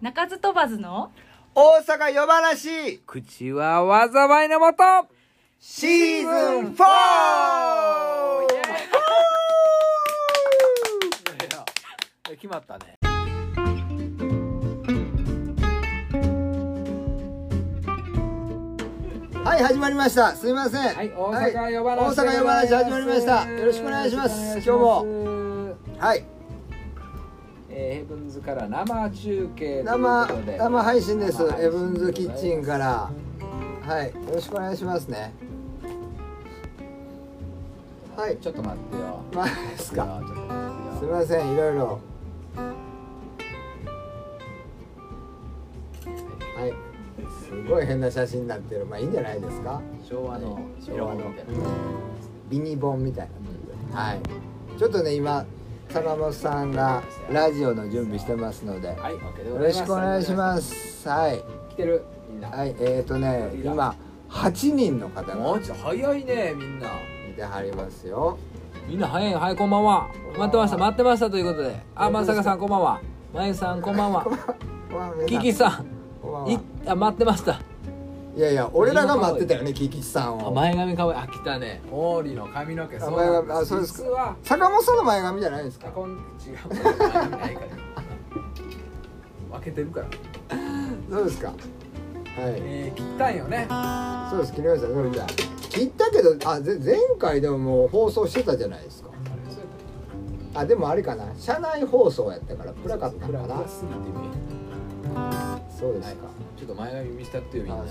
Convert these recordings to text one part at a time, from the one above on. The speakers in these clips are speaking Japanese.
鳴かず飛ばずの大阪夜話口は災いのもとシーズン 4! 決まったね。はい、始まりました。すいません。はい、大阪夜はい話。大阪夜話始まりました。よろしくお願いします。今日も。も。はい、えーヘブンズから生中継という生ことで生配信です生。配信エブンズキッチンから。はい、よろしくお願いしますね。はい、ちょっと待ってよまあ、ですか。ちょっと待っすてみよませんいろいろはいすごい変な写真になってるまあいいんじゃないですか昭和の昭和のみたいなビニボンみたいなはいちょっとね今坂本さんがラジオの準備してますのでよはい OK でろございますしくお願いしますはい来てるみんなはいえーとね今8人の方がマジ早いねみんな見てはりますよみんな早いはいこんばんは待ってました待ってましたということであ本当まですかさかさんこんばんはまゆさんこんばんはキキキさこんばんんいはあ待ってましたいやいや俺らが待ってたよねキキさんあを前髪かわいいあ来たねオーリーの髪のあ毛うなん前髪あそうですか実は坂本さんの前髪じゃないですあかこん違う前髪ないから分けてるからそうですかはいえー、切ったんよねそうです切りましたそれじゃあ切ったけどあぜ前回でももう放送してたじゃないですかあでもあれかな車内放送やったから暗かったのかなすぎて見そうえでなすいかかちょっと前髪見せたってよみんなに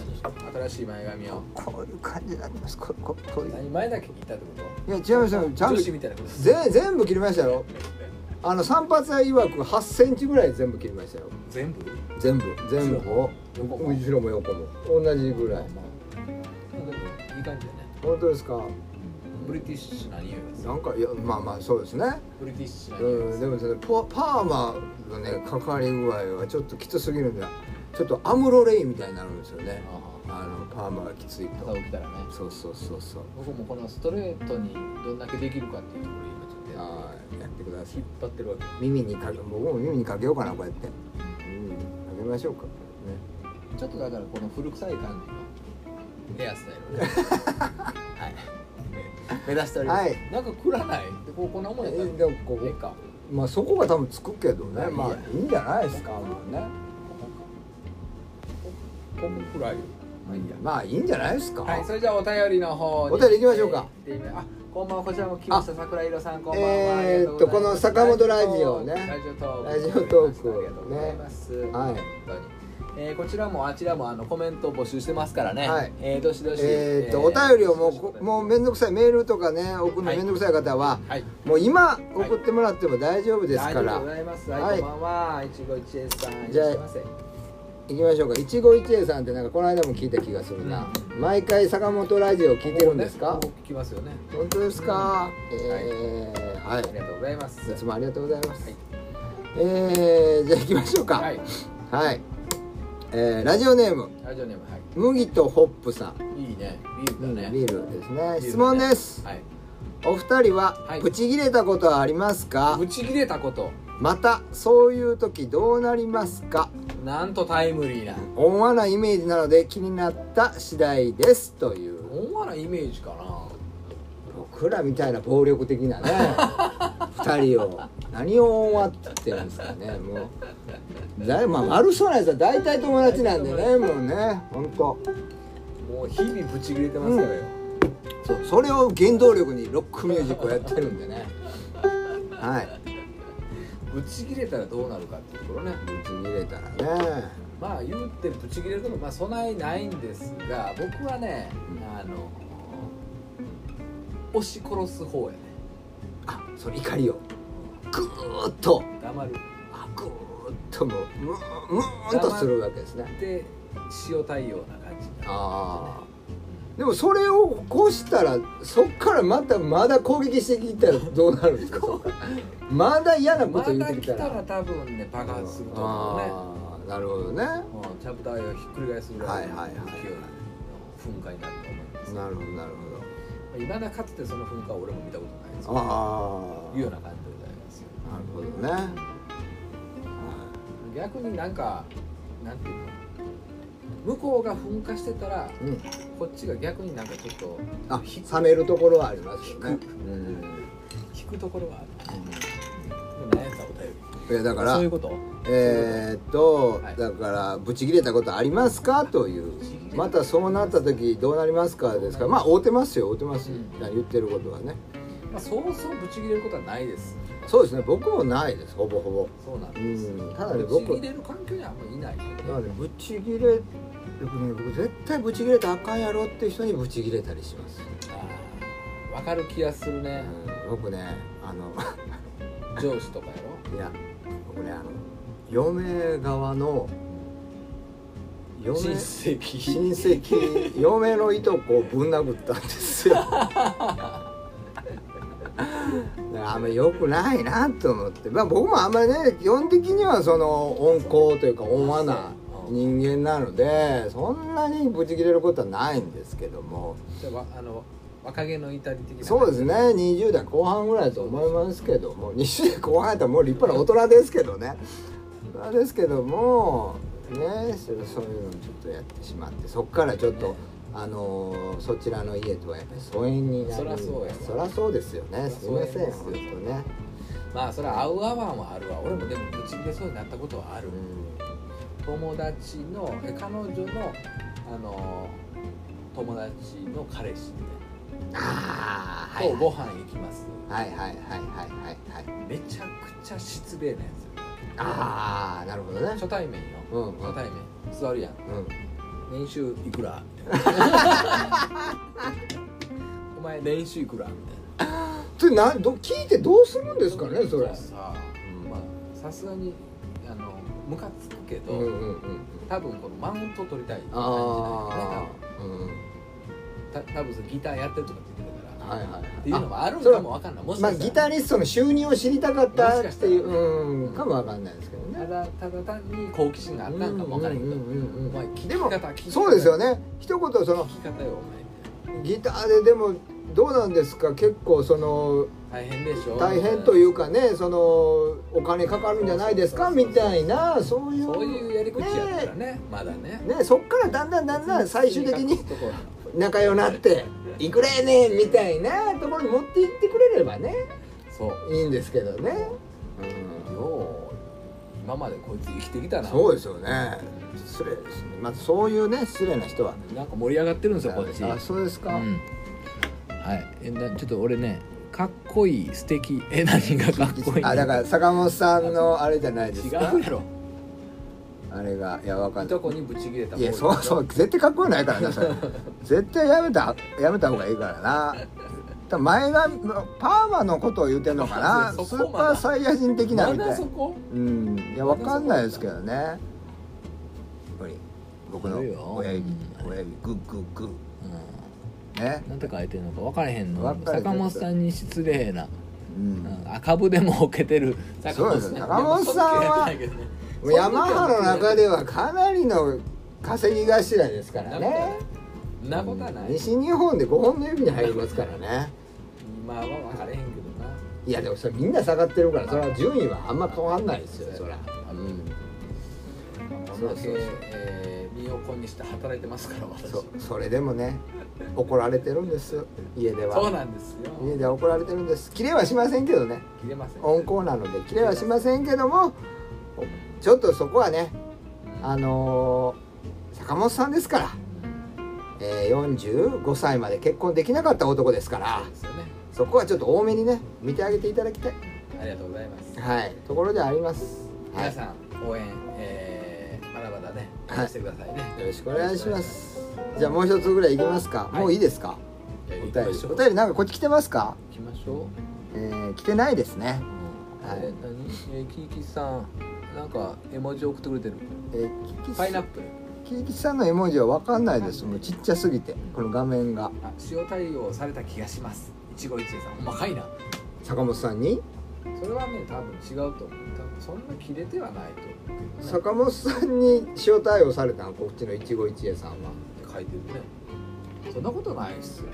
新しい前髪をこういう感じになってますこここういう何前だけ切ったってこいや違いますよちとゃんと女子みたいなことですぜ全部切りましたよあの散髪は曰く8センチぐらい全部切りましたよ全部全部全部を横も後ろも横も同じぐらいいい感じだね本当ですかブリティッシュな匂いですなんかいやまあまあそうですねブリティッシュな匂いうん、でもそのパパーマのねかかり具合はちょっときつすぎるんだちょっとアムロレイみたいになるんですよねあのパーマがきついあと朝起きたらねそうそうそうそう僕もこのストレートにどんだけできるかっていうところ今ちょっとやっはいやってくださ引いっ張ってるわけ耳にかけ僕も耳にかけようかなこうやってうんかけましょうかねちょっとだからこの古臭い感じのヘアスタイルをね はい目指しております、はいなんかくらないこうこんなもんやったらえでもこええこかまあそこが多分つくけどねまあまあいいんじゃないですかもうねここくらいよまあいいやまあいいんじゃないですかはい、それじゃあお便りの方にお便り行きましょうかえー行ってみあ、こんばんは、こちらも来ました、桜色さん、こんばんは。えーっとありがうございますこの坂本ラジオねラジオトーク。ラジオトークありがとうございます。はい本当に。えー、こちらもあちらもあのコメントを募集してますからね。はいえー、どしどし。えーっとお便りをもうこもう面倒くさいメールとかね送るの面倒くさい方は、はい。もう今送ってもらっても大丈夫ですかありがら、とうございます。ははいい、こんばんは、いちごいちえさん。じゃあいらっしゃいませ。行きましょうか一期一会さんってなんかこの間も聞いた気がするな、毎回坂本ラジオ聞いてるんですか、ここねここ聞きますよね。本当ですか、えーはい、ありがとうございます。い、つもありがとうございます、はいえー、じゃあ行きましょうかはい。はいえーラジオネームラジオネーム、はい。麦とホップさん、いいね。ビールだね。ビールですねビールだね質問です、はい。お二人ははいプチ切れたことはありますか、ぶち切れたこと。またそういう時どうなりますかなんとタイムリーな。思わないイメージなので気になった次第ですという思わないイメージかな。僕らみたいな暴力的なね2人を何を思わって言ってるんですかねもうだいまあ悪そうなやつは大体友達なんでねもうね本当もう日々ぶち切れてますからよ。そうそれを原動力にロックミュージックをやってるんでねはいぶち切れたらどうなるかっていうところね。ぶち切れたらねまあ言ってぶち切れるのもまあ備えないんですが、僕はね、あの押し殺す方やね。あその怒りをグーッと黙る。あグーッともうムーンムーンとするわけですねで塩対応な感じになる。ああでもそれを起こしたらそっからまたまだ攻撃してきたらどうなるんですかそっからまだ嫌なこまと言ったてき来たらたら多分ね爆発すると思うね。ああなるほどねもうチャプターをひっくり返すぐらいの勢いはいはいはいの噴火になると思います。なるほどなるほいまだかつてその噴火を俺も見たことないですどよ。ああいうような感じでございますよ。なるほどねは逆になんかなんていうの向こうが噴火してたらうん、こっちが逆になんかちょっとあ冷めるところはありますよね低、うん聞くところがある悩んだお便りいやだからそういうことえーっと、はいだからブチ切れたことありますかというチ切れたまたそうなった時どうなりますかですからまあ合うてますよ合うてます、うん言ってることはねまあそうそうぶち切れることはないですそうですね僕もないですほぼほぼそうなんうです、んたただだねね僕僕入れる環境にはあんまりいないだからねブチ切れ僕ね僕絶対ブチ切れたらあかんやろっていう人にブチ切れたりします、わかる気がするうねん、僕ねあの 上司とかやいや僕ねあの嫁側のろ嫁親戚親戚嫁のいとこをぶん殴ったんですよだからあんまり良くないなと思って、まあ、僕もあんまりね基本的にはその温厚というか温和な人間なのでそんなにブチ切れることはないんですけどもじゃあわあの若気の至り的なそうですねね20代後半ぐらいだと思いますけども20代後半やったらもう立派な大人ですけどね大人ですけどもねそそういうのをちょっとやってしまってそっからちょっと、あのーそちらの家とはやっぱり疎遠になるそらそうやそらそうですよねすいそまらそうせんですよ本当ね、まあそれは合う合わんはあるわ俺もでもぶち切れそうになったことはある友達のえ彼女のあの友達の彼氏みうん、ああはたいいなとご飯行きますはいはいはいはいはいはいめちゃくちゃ失礼なやああなるほどつね初対面ようんうん初対面座るやんうん年収いくらみたい なお前年収いくらみたいなそれなど聞いてどうするんですかねそれさうんまあさすがにあのムカつくけど、うんうんうんうん多分このマウント取りたい感じなんだよあねあ、うん、多分た多分そのギターやってるとかって言ってたはからいはいはい。っていうのもあるんそれかはもわかんないもしまかあしたギらタリストの収入を知りたかったっていうもしかしたらうんかもわかんないですけどたね。だただ単に好奇心があったんかもわからんけど、うんうんうんうんお前聞きで方も聞き方そうですよね。一言そ聞のき方よギターででもどうなんですか結構そのお前大変でしょ大変というかねそのお金かかるんじゃないですかみたいなそういうそういうやり口やったらねねまだねねそっからだんだんだんだん最終的に生活ところ仲良くな って「いくらやねん」みたいなところに持っていってくれればねそういいんですけどね。うんよう今までこいつ生きてきたなそうですよね失礼ですねまずそういうね失礼な人はなんか盛り上がってるんですよこっちあそうですか、うんはいえなちょっと俺ねかっこいい素敵え何がかっこいいあだから坂本さんのあれじゃないですか違うやろあれがいやわかんいなといこにぶち切れたいやそうそう絶対かっこよくないからな それ絶対やめたやめた方がいいからな多分前がパーマのことを言ってんのかなスそこまでーパーサイヤ人的なまみだたいそこうんいやわかんないですけどねやっぱり僕のいるよ親指うん親指グッグッグッねなんて書いてんのか分からへんの分かれへん坂本さんに失礼な、うんあ株でも受けてるそうですね坂本さんはもうヤマハの中ではかなりの稼ぎ頭ですからねそんなことはない西日本で5本の指に入りますから ね今は分からへんけどないやでもそれみんな下がってるからそれは順位はあんま変わんないですよそら、こそんだうそうけそうえー身を粉にして働いてますから私そそれでもね怒られてるんです家でそうはなんですよ家では怒られてるんです切れはしませんけどね切れません温厚なので切れはしませんけどもちょっとそこはねあのー坂本さんですから、えー45歳まで結婚できなかった男ですからそうですよねそこはちょっと多めにね見てあげていただきたいありがとうございますはいところでありますはい皆さん応援えーまだまだねはいしてくださいねよろしくお願いしますじゃあもう一つぐらいいきますか、はいもういいですかじゃお便あ行きまりしょおう便りなんかこっち来てますか行きましょうえー、来てないですねはいえ何えーキーキさんなんか絵文字送ってくれてるえー、キキパイナさッんプルキキさんの絵文字はわかんないですもうちっちゃすぎてこの画面があ塩対応された気がします一期一会さんほんまかいな坂本さんにそれはね多分違うと思う多分そんな切れてはないと思うけどね坂本さんに塩対応されたのこっちの一期一会さんは書いてるねそんなことないっすよ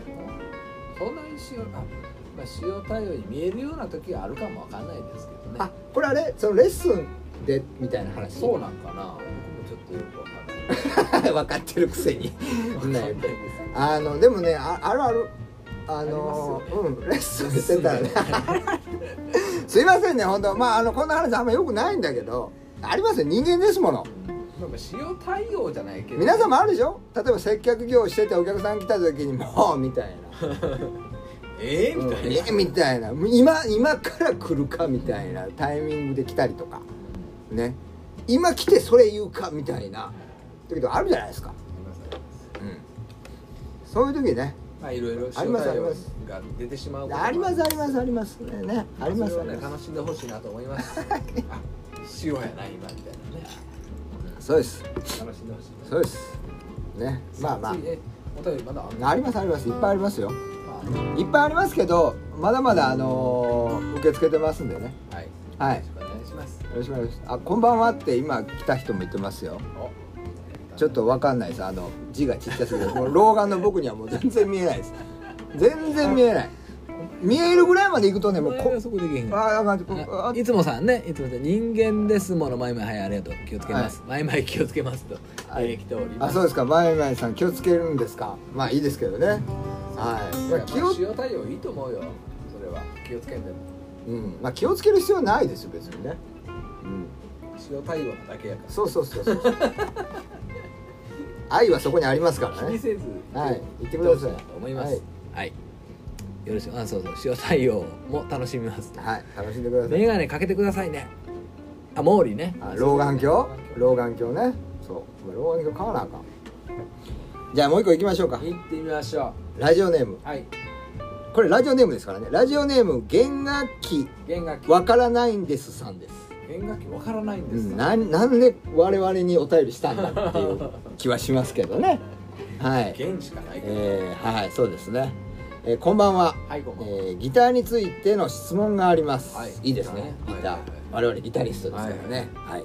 そんなに塩あ、まあ、塩対応に見えるような時はあるかもわかんないですけどねあこれあれそのレッスンでみたいな話そうなんかな僕もちょっとよくわかんない 分かってるくせ にわそかんんなないん 言ってですあのでもねああるあるあのありますよねうんレッスンしてたら ねすいませんね本当まああのこんな話あんまよくないんだけどありますよ人間ですものなんか塩対応じゃないけど皆さんもあるでしょ例えば接客業しててお客さん来た時にもう みたいなええみたいな、えみたいな今今から来るかみたいなタイミングで来たりとかね今来てそれ言うかみたいな時とかあるじゃないですか、うん、そういう時ねまあいろいろ塩ありますあ対り応ますが出てしまうこともありますありますありますねねありますそあれをりねま楽すしんでほしいなと思います あ塩やな今みたいなねそうです楽しんでほしいなそうですねまあまあ次えお便りまだあんのありますありますいっぱいありますよまいっぱいありますけどまだまだあのー受け付けてますんでねあはいよはいろしくお願いしますよろしくお願いしますあこんばんはって今来た人も言ってますよおちょっとわかんないですあの字がちっちゃすぎてもう老眼の僕にはもう全然見えないです全然見えない見えるぐらいまで行くとねもうこそこできへんあかーあかんあああいつもさんねいつもさん人間ですもの前々はいありがとう気をつけます前々気をつけますとはいえー来ておりまあすそうですかまいまいさん気をつけるんですかまあいいですけどねはい、まあ、気を塩対応いいと思うよそれは気をつけてうんまあ、気をつける必要はないですよ別にね、うん、塩対応なだけやかそうそうそうそう愛はそこにありますからら気にねせずはい言ってくださいと思いますはいよろしくあそうそう塩対応も楽しみますはい、はい、楽しんでくださいメガネかけてくださいねあ毛利ねあ老眼鏡老眼鏡ねそう老眼鏡買わなあかんじゃあもう一個行きましょうか行ってみましょラジオネームうはいこれラジオネームですからねラジオネーム弦楽器弦楽器わからないんですさんです弦楽器わからないんうですんなんなんで我々にお便りしたんだっていう気はしますけど ねはい弦しかないけどえーはいそうですね、えーこんばんは、はいこんえばんはーギターについての質問があります、はいい、いですねギギター、ターね我々ギタリストですからねはい、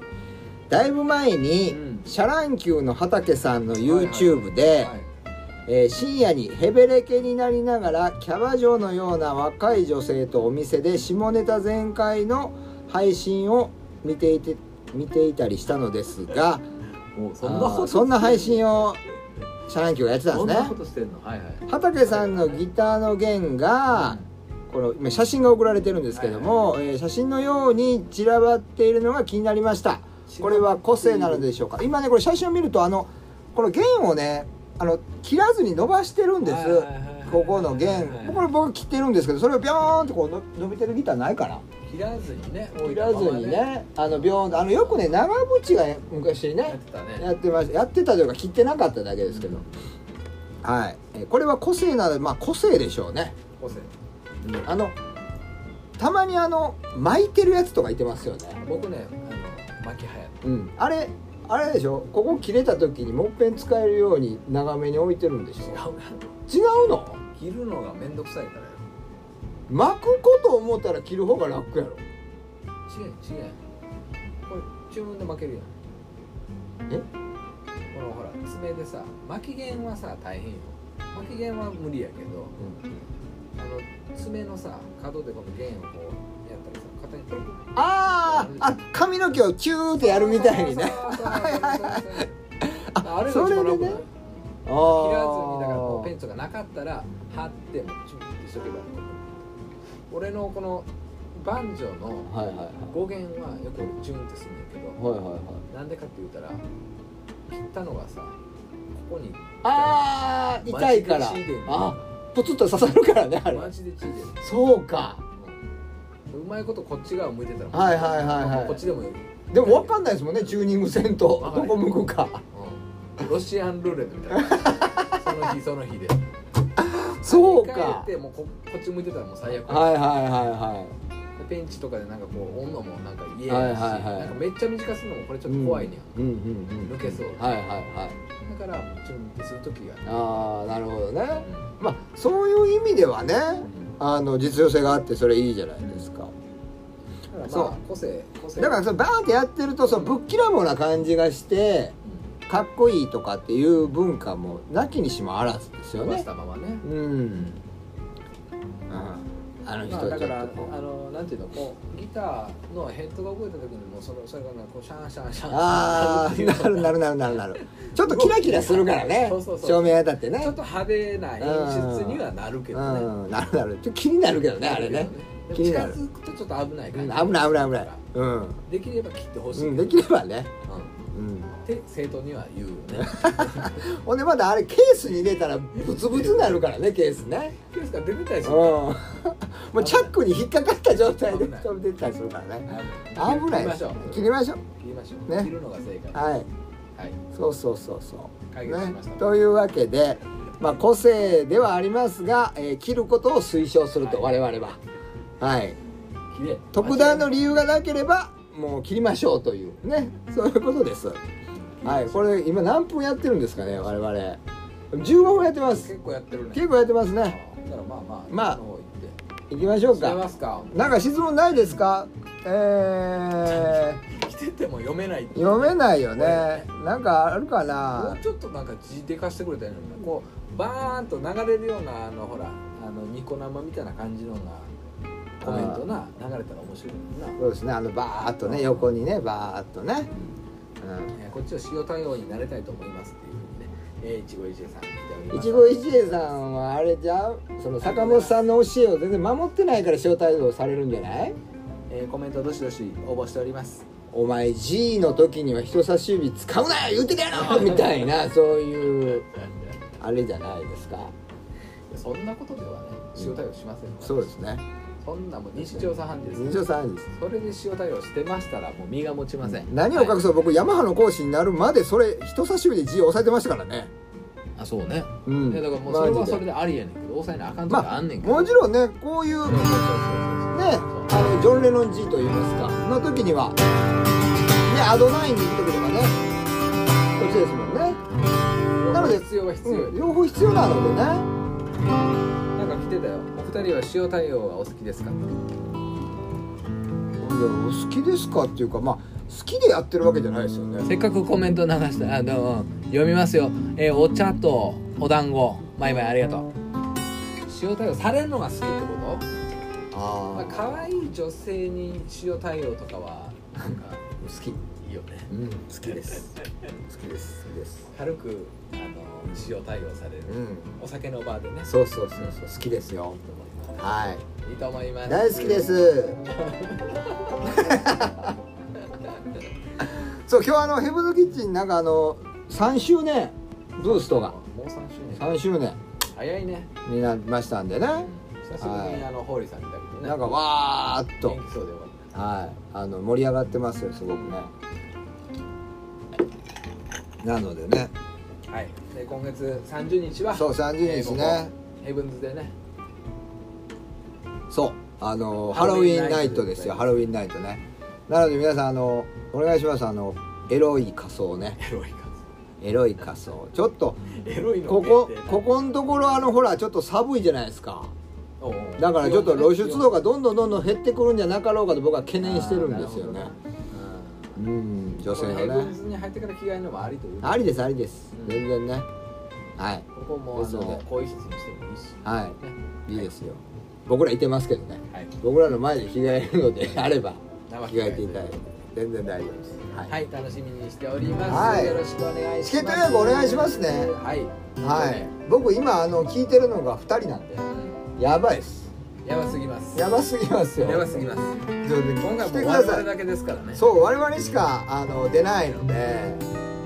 だいぶ前に、うんシャランキューの畑さんの YouTube で、はいえー深夜にヘベレケになりながらキャバ嬢のような若い女性とお店で下ネタ全開の配信を見ていて見ていたりしたのですがもうそそんんなことそんな配信をシャランキューがやってたんそんですなねことしてんのはいはい畑さんのギターの弦がこの今写真が送られてるんですけども、えー写真のように散らばっているのが気になりましたこれは個性なのでしょうか今ねこれ写真を見るとあのこの弦をねあの切らずに伸ばしてるんですはいはいはいはいここの弦これ僕切ってるんですけどそれをビョーンってこうの伸びてるギターないかな切らずにね切らずにねあのビョーンとあのよくね長渕が昔やっねてたねやってましたやってたというか切ってなかっただけですけど、はいえーこれは個性なのでまあ個性でしょうね個性あのたまにあの巻いてるやつとかいてますよね、僕ねあの巻きはやうん、あれあれでしょここ切れた時にもっぺん使えるように長めに置いてるんでし違ょうな違うの切るのがめんどくさいからよ巻くこと思ったら切る方が楽やろ違う違うこれ注文で負けるやんえこのほら爪でさ巻き弦はさ大変よ巻き弦は無理やけどあの爪のさ角でこの弦をこうやったりさ肩にポリポリあーあ髪の毛をキューってやるみたいにねそ うそうそうそうあれがそれで一番ね切楽なの切らずにだからこうペンツがなかったら貼ってもうチュッてしとけばいい俺のこのバンジョーのはいはいはい語源はよくチュンってするんだけどはいはいはいなんでかって言ったら切ったのがさここにあー痛いからマジで血出るあポツッと刺さるからねあれマジで血出るそうかうまいことこっち側向いてたらはいはいはいはいこっちでもよでも分かんないですもんねチューニング線とわかんどないこ向く かうんロシアンルーレットみ たいなその日その日でそう切り替かえてもうここっち向いてたらもう最悪はいはいはいはいペンチとかでなんかこう折んのもなんか嫌はいやし、はいはいなんかめっちゃ短くするのもこれちょっと怖いねん、うんうんうんうん抜けそうはいはいはいだからもうチュンってする時が、ああなるほどうねんまあそういう意味ではねあの実用性があってそれいいじゃないですかだからそうまあ個性個性だからそのバーってやってるとそのぶっきらぼうな感じがしてかっこいいとかっていう文化もなきにしもあらずですうよん伸ばしねたままねうんああの人まちあ、ょだっとからあのなんていうのこうギターのヘッドが動いた時にもうそれそれがなんかこうシャンシャンシャンシャンあってあいうのなるなるなるなるなるちょっとキラキラするからねそうそうそう照明当たってねちょっと派手な演出にはなるけどね、うんなるなるちょっと気になるけどねあれねでも気に近なるづくとちょっと危ないうん感じ、危ない危ない危ないうんできれば切ってほしい、ううんん、できればねうんって生徒には言うよねほんでまだあれケースに入れたらブツブツになるからねケースねケースから出てたりうんするもうチャックに引っかかった状態で危ない飛び出たりするからね危危なないいです切切りりましょう切りましょう、ね切るのが正解ははいいそうそうそうそう。解決しましたというわけで、まあ、個性ではありますが、えー切ることを推奨すると、はい我々は。はい、切れ特段の理由がなければもう切りましょうというねそういうことです。はい、これ今何分やってるんですかね我々。15分やってます結。構やってるね結構やってますあね。ーだからまあまあまあこの方行って行きましょう違いまか。すかなんか質問ないですか？えー、来てても読めないって読めないよね。なんかあるかもなう。ちょっとなんか字でかしてくれたらいいのにこうバーンと流れるようなあのほらあのニコ生みたいな感じのがコメントな流れたら面白いのになそうですね、あのバーっとね、横にね、バーっとね。えーこっちは塩対応になれたいと思いますっていうふうにねえーいちごいちえさん来ておうん。りまいすちご一恵さんはあれじゃう、その坂本さんの教えを全然守ってないから、招待をされるんじゃない。えーコメントどしどし応募してお りますお前 G の時には人差し指使うなよ、言うてたやろみたいな、そういう。あれじゃないですか。そんなことではね塩対応しませんそうですね。そんなもう日常茶飯事です二条さんです。それで塩対応してましたらもう身が持ちません何をは隠いそう、僕ヤマハの講師になるまで、それ人差し指で G を押さえてましたからね。あそうねういん。やだからもうそれはそれマジででありやねんけど抑えなあかんとまああ、あんねんけど、もちろんね、こう いう。ね、あのジョン・レノン G といいますかの時には、ね、アドナインに行く時とかねこっちですもんね、ななののでで必要は必要ようん、両方必要なのでねなんか来てたよお二人は塩対応はお好きですかいやお好きですかっていうかまあ好きでやってるわけじゃないですよねせっかくコメント流したあの読みますよ、えーお茶とお団子マイマイありがとう塩対応されるのが好きってこあと、まあ、か可愛い女性に塩対応とかはなんか好き、いいよねうん、好きです好きです好きです軽くあの塩対応される、うんお酒のバーでねそうそうそうそう好きですよはいいいと思います大好きです。 そう今日あのヘブンズキッチンなんかあの3周年ブーストあがもう3周年3周年早いねになりましたんでね、久しぶりにあのホーリーさん見たけどねなんかわーっと元気そうでよかっはいあの盛り上がってますよすごくね。なのでね、たはいで今月30日はそう30日ね、ヘブンズでねそうあのハハロロウウィィンンナナイイトトですよハロウィンナイトね。なので皆さんあのお願いしますあのエロい仮装ね。エロい感エロい仮装ちょっとじエロいのここ限定ここのところあのほらちょっと寒いじゃないですかおうおうだからちょっと露出度がどんどんどんどん減ってくるんじゃなかろうかと僕は懸念してるんですよねあーなるほどうん女性こヘのねブンズに入ってから着替えるのもありというありですありですうん全然ねはいここもあですのので更衣室にしてもいいしはいいいですよ僕らいてますけどねはい僕らの前で着替えるので あれば生着替えていただいて全然大丈夫ですはい、はい楽しみにしております、はいよろしくお願いしますチケット予約お願いしますねはいはい、僕今あの聞いてるのが2人なんでやばいですやばすぎますやばすぎますよやばすぎますちょっと今回来てくもだ我さ々いだけですからねそう我々しかあの出ないので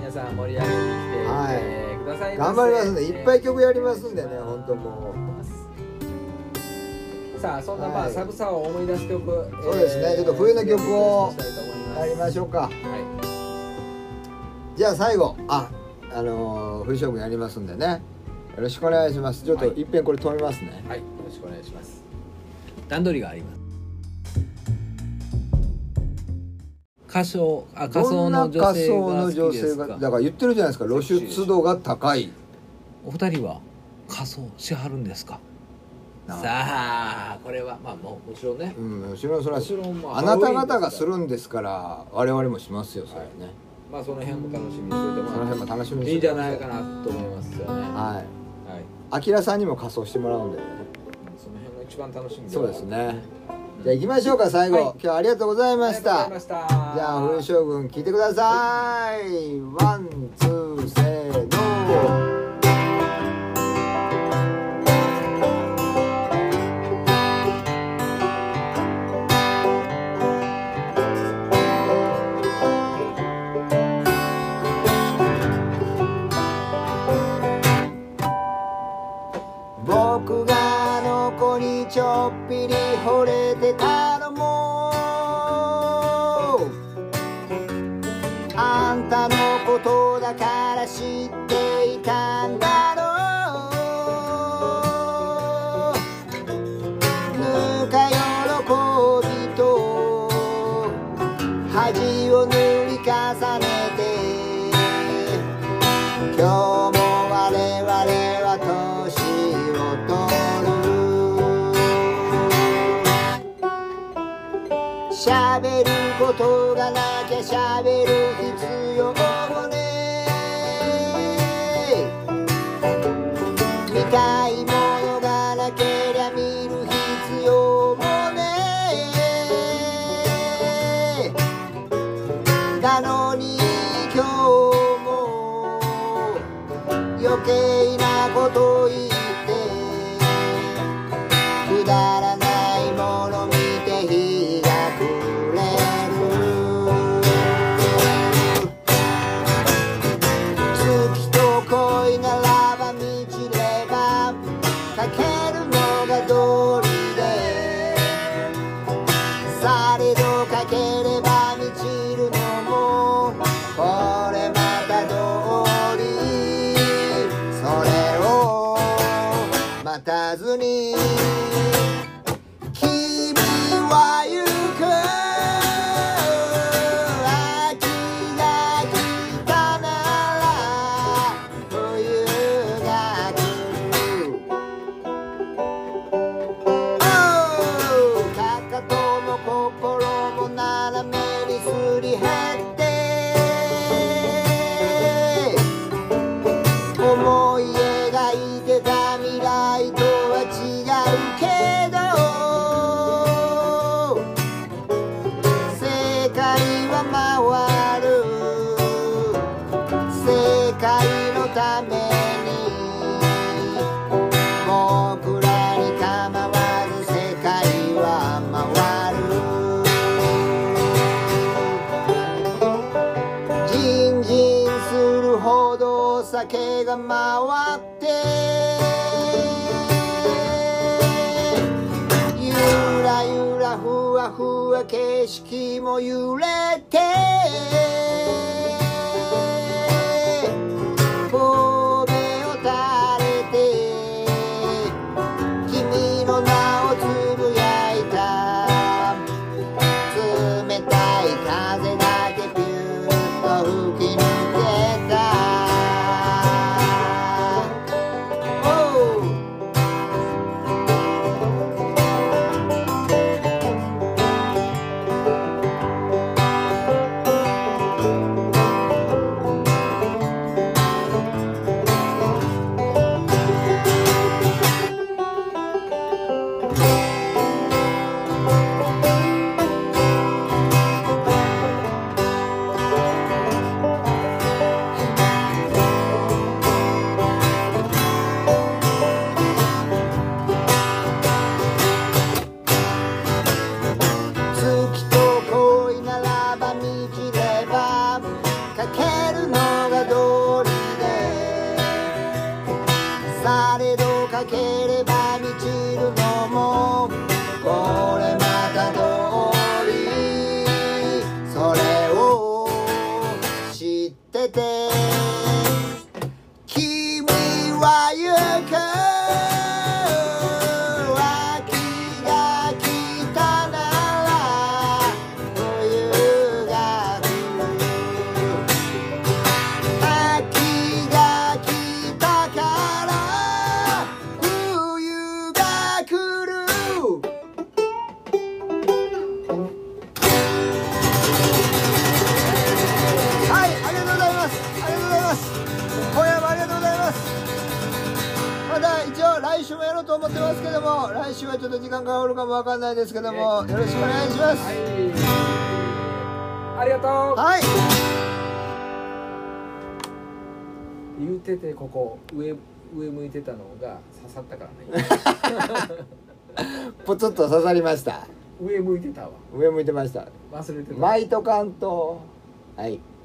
皆さん盛り上げに来て、はいえーください頑張りますんでいっぱい曲やりますんでね本当もうさあそんなまあ、はい寒さを思い出す曲そうですねちょっと冬の曲をリクエストしたいと思いますやりましょうかはいじゃあ最後ああのー冬将軍やりますんでねよろしくお願いしますちょっとはいいっぺんこれ止めますねはい、よろしくお願いします。段取りがあります仮装あ仮装の女性どんなが仮装好きですだかから言ってるじゃないですか露出度が高いお二人は仮装しはるんですかなさあこれはまあもうもちろんね。うんもちろんそれはもちろんまああなた方がするんですから我々もしますよそれね、まあその辺も楽しみにしておいてそものらっ辺も楽しみにてしていいんじゃないかなと思いますよね。ははいい。あきらさんにも仮装してもらうんだよねその辺が一番楽しみそうですねうんじゃあ行きましょうか最後、はい今日はありがとうございましたありがとうございましたじゃあ冬将軍聞いてくださいワンツーせーの僕があの子にちょっぴり惚れてたのもあんたのことだから知っていたんだろうぬか喜びと恥を塗り重ねて今日も我々は年を取る喋ることがなきゃ喋る必要もね見たいものがなけりゃ見る必要もねなのに今日も余計なこと言ってくだらないもの見て日が暮れる月と恋ならば満ちればかけるのが道理でされどかければ満ちるのもこれまた道理それを待たずに君は行く秋が来たなら冬が来るかかとも心も斜めにすり減って思い描いてた未来とは違うけど世界は回る世界のために僕らに構わず世界は回るじんじんするほどお酒が回ってゆらゆらふわふわ景色も揺れて神戸を垂れて君の名をつぶやいた冷たい風だけピューッと吹き抜けたおう月と恋ならば満ちればかけるのが道理でされどかければ満ちるのもこれまた道理それを知ってて君は行く秋が来たなら冬が来る秋が来たから冬が来るはい、ありがとうございます。ありがとうございます。と思ってますけども来週はちょっと時間がおるかもわかんないですけどもよろしくお願いしますはいありがとうはい言うててここ上上向いてたのが刺さったからねポツッと刺さりました上向いてたわ上向いてました忘れてたマイトカントはい